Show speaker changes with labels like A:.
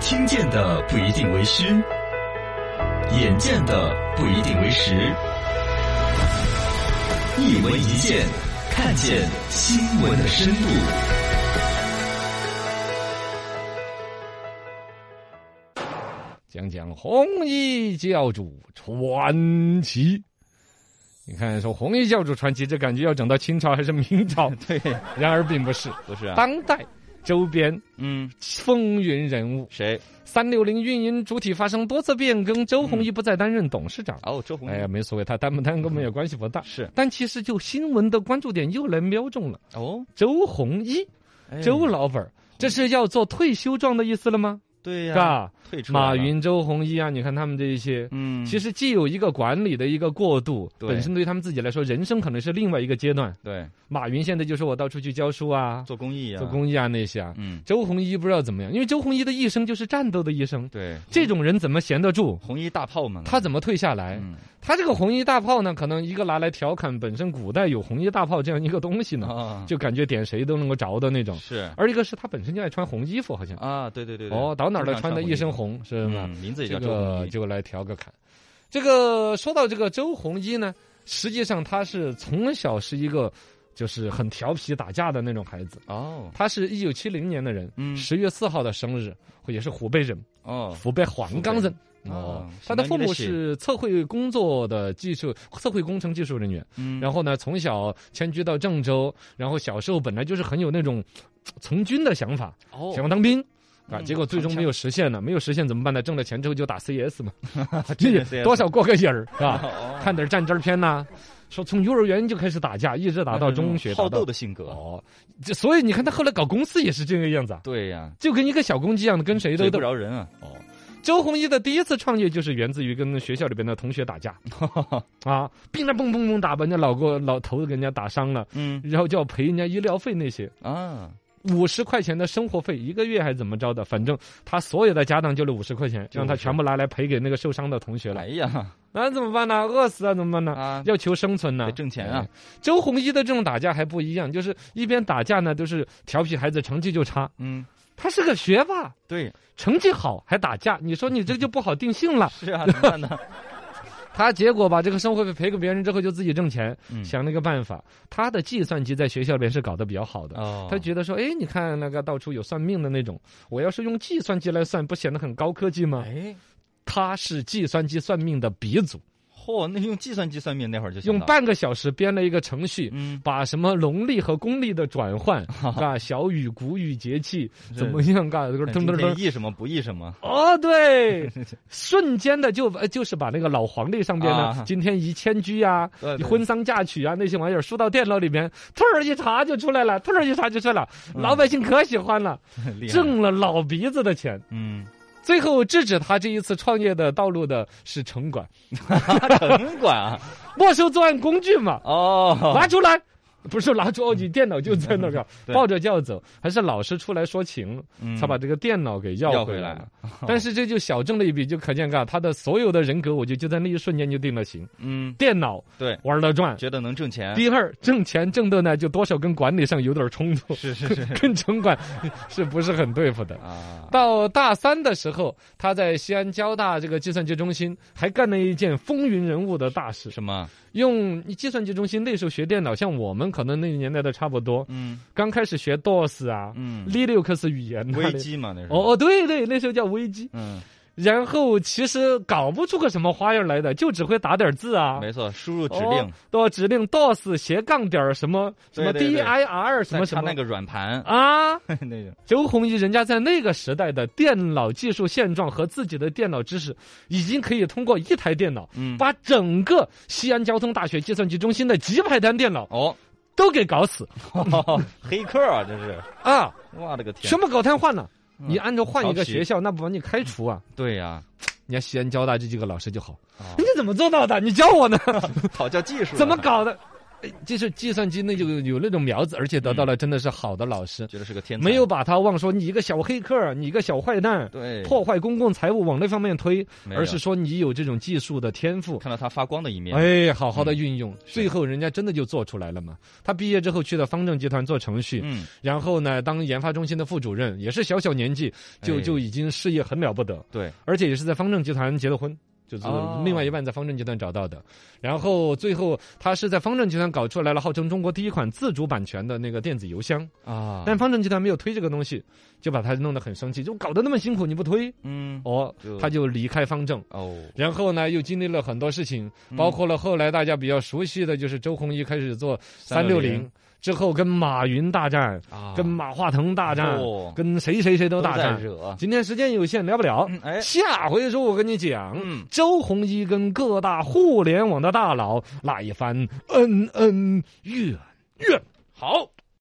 A: 听见的不一定为虚，眼见的不一定为实。一文一见，看见新闻的深度。
B: 讲讲红衣教主传奇。你看，说红衣教主传奇，这感觉要整到清朝还是明朝？ 对，然而并不是，
C: 不是啊，
B: 当代周边
C: 嗯，
B: 风云人物，
C: 谁？
B: 三六零运营主体发生多次变更，周鸿祎不再担任董事长。
C: 哦，周鸿
B: 哎呀，
C: 祎
B: 没所谓，他担不担跟我们也关系不大。
C: 是
B: 但其实就新闻的关注点又来瞄中了
C: 哦，
B: 周鸿祎，
C: 哎
B: 周老板儿，这是要做退休状的意思了吗？
C: 对
B: 是
C: 呀，
B: 啊吧？
C: 退出来
B: 马
C: 了，
B: 云、周鸿祎啊，你看他们这一些，
C: 嗯，
B: 其实既有一个管理的一个过渡，
C: 对
B: 本身对他们自己来说，人生可能是另外一个阶段。
C: 对
B: 马云现在就说我到处去教书啊，
C: 做公益啊，
B: 做，公益啊那些啊。
C: 嗯，
B: 周鸿祎不知道怎么样，因为周鸿祎的一生就是战斗的一生，
C: 对，
B: 这种人怎么闲得住？
C: 红衣大炮嘛，
B: 他怎么退下来？
C: 嗯
B: 他这个红衣大炮呢，可能一个拿来调侃本身古代有红衣大炮这样一个东西呢，
C: 啊，
B: 嗯就感觉点谁都能够着的那种。
C: 是
B: 而一个是他本身就爱穿红衣服，好像
C: 啊，对对对，对
B: 哦，到哪儿都
C: 经常
B: 穿的
C: 红
B: 一身
C: 衣服
B: 红，是吗？
C: 嗯，名字也叫
B: 这
C: 周鸿
B: 个
C: 祎，
B: 就来调个侃。这个说到这个周鸿祎呢，实际上他是从小是一个就是很调皮打架的那种孩子。
C: 哦
B: 他是一九七零年的人，
C: 嗯
B: 十月四号的生日，也是湖北人，
C: 哦，
B: 湖北黄冈人。
C: 北人
B: 哦
C: 哦，
B: 他的父母
C: 相当
B: 是测绘工作的技术，测绘工程技术人员。
C: 嗯，
B: 然后呢，从小迁居到郑州，然后小时候本来就是很有那种从军的想法，
C: 哦
B: 想要当兵。啊，
C: 嗯
B: 结果最终没有实现呢，没有实现怎么办呢？挣了钱之后就打 CS 嘛，
C: 真的
B: 这
C: CS
B: 多少过个瘾儿是吧？
C: E 哦
B: 看点战争片呐、说从幼儿园就开始打架，一直打到中学，
C: 嗯好
B: 打到
C: 斗的性格，
B: 哦，这所以你看他后来搞公司也是这个样子啊，
C: 对呀，
B: 就跟一个小公鸡一样的，跟谁都
C: 嘴不
B: 斗。
C: 饶人啊，
B: 周鸿祎的第一次创业就是源自于跟学校里边的同学打 架啊，乒乓砰砰砰打，把人家老过老头子给人家打伤了，
C: 嗯
B: 然后就要赔人家医疗费那些。
C: 啊，
B: 五十块钱的生活费，一个月还怎么着的？反正他所有的家当就是五十块钱，
C: 就
B: 让他
C: 50
B: 全部拿来赔给那个受伤的同学了
C: 哎。呀
B: 那怎么办呢？饿死啊，怎么办呢？
C: 啊，
B: 要求生存呢，
C: 得挣钱啊
B: 哎！周鸿祎的这种打架还不一样，就是一边打架呢，都是调皮孩子成绩就差。
C: 嗯，
B: 他是个学霸，
C: 对，
B: 成绩好还打架，你说你这个就不好定性了。
C: 是 啊，怎么办呢？
B: 他结果把这个生活费赔给别人之后，就自己挣钱，
C: 嗯
B: 想了一个办法。他的计算机在学校里面是搞得比较好的，
C: 哦，
B: 他觉得说，哎，你看那个到处有算命的那种，我要是用计算机来算，不显得很高科技吗？
C: 哎，
B: 他是计算机算命的鼻祖，
C: 嚯，那用计算机算命那会儿就行
B: 用
C: 了，
B: 半个小时编了一个程序。
C: 嗯，
B: 把什么农历和公历的 转换，啊，小雨、谷雨、节气
C: 是
B: 怎么样？嘎，这个
C: 看
B: 噔噔
C: 今天
B: 噔，
C: 易什么不易什么，
B: 哦，对，瞬间的就呃就是把那个老黄历上边呢
C: 啊，
B: 今天宜迁居啊
C: 对、对
B: 婚丧嫁娶啊那些玩意儿输到电脑里面，突儿一查就出来了，突儿一查就出来了，
C: 嗯
B: 老百姓可喜欢了，
C: 厉害
B: 挣了老鼻子的钱。
C: 嗯，
B: 最后制止他这一次创业的道路的是城管，
C: 城管啊，
B: 没收作案工具嘛，
C: 哦，
B: 拿出来。不是拿出哦，你电脑就在那儿，
C: 对
B: 抱着就要走，还是老师出来说情，
C: 嗯
B: 才把这个电脑给要
C: 要
B: 回
C: 回
B: 来
C: 来
B: 了。但是这就小挣了一笔，就可见嘎，他的所有的人格，我就就在那一瞬间就定了型。
C: 嗯，
B: 电脑
C: 对，
B: 玩得转，
C: 觉得能挣钱，
B: 第二挣钱挣的呢，就多少跟管理上有点冲突，
C: 是是 是
B: 跟城管是不是很对付的？
C: 啊，
B: 到大三的时候，他在西安交大这个计算机中心还干了一件风云人物的大事。
C: 什么？
B: 用计算机中心那时候学电脑，像我们可能那个年代的差不多，
C: 嗯
B: 刚开始学 DOS 啊、
C: 嗯，
B: Linux 语言呐、
C: 危机嘛那是，
B: 那。哦哦，对对，那时候叫危机。
C: 嗯，
B: 然后其实搞不出个什么花样来的，就只会打点字啊。
C: 没错，输入指
B: 哦
C: 令，，
B: 到指令 DOS 斜杠点儿什么什么
C: 对对对
B: DIR 什
C: 再
B: 么什
C: 插
B: 么
C: 那个软 盘
B: 啊。
C: 那种，
B: 周鸿祎人家在那个时代的电脑技术现状和自己的电脑知识，已经可以通过一台电脑，
C: 嗯，
B: 把整个西安交通大学计算机中心的几百台电脑
C: 哦，
B: 都给搞死哦
C: 黑客啊，这是，
B: 啊！
C: 我的个天
B: 全，部搞瘫痪了。
C: 嗯
B: 你按照换一个
C: 调皮
B: 学校，那不把你开除啊？
C: 对呀，
B: 你看西安交大这几个老师就好，
C: 啊
B: 你怎么做到的？你教我呢？
C: 讨教技术啊，
B: 怎么搞的？哎就是计算机那就有那种苗子，而且得到了真的是好的老师，
C: 觉得是嗯个天才
B: 没有把他往说你一个小黑客，你一个小坏蛋，
C: 对
B: 破坏公共财物往那方面推，
C: 没有
B: 而是说你有这种技术的天赋。
C: 看到他发光的一面，
B: 哎，好好的
C: 嗯
B: 运用，最后人家真的就做出来了嘛。他毕业之后去了方正集团做程序，
C: 嗯，
B: 然后呢，当研发中心的副主任，也是小小年纪就
C: 哎
B: 就已经事业很了不得，
C: 对，
B: 而且也是在方正集团结的婚。就是
C: 哦
B: 另外一半在方正集团找到的，然后最后他是在方正集团搞出来了号称中国第一款自主版权的那个电子邮箱，
C: 啊，
B: 但方正集团没有推这个东西，就把他弄得很生气，就搞得那么辛苦你不推，
C: 嗯，
B: 哦
C: 就，
B: 他就离开方正。
C: 哦，
B: 然后呢，又经历了很多事情，
C: 嗯
B: 包括了后来大家比较熟悉的就是周鸿祎开始做三六
C: 360
B: 零，之后跟马云大战，
C: 啊，
B: 跟马化腾大战，
C: 哦
B: 跟谁谁谁都
C: 都
B: 大
C: 在
B: 战。
C: 惹，
B: 今天时间有限，聊不了。
C: 嗯哎，
B: 下回说，我跟你讲，
C: 嗯
B: 周鸿祎跟各大互联网的大佬那一番恩恩怨怨。
C: 好。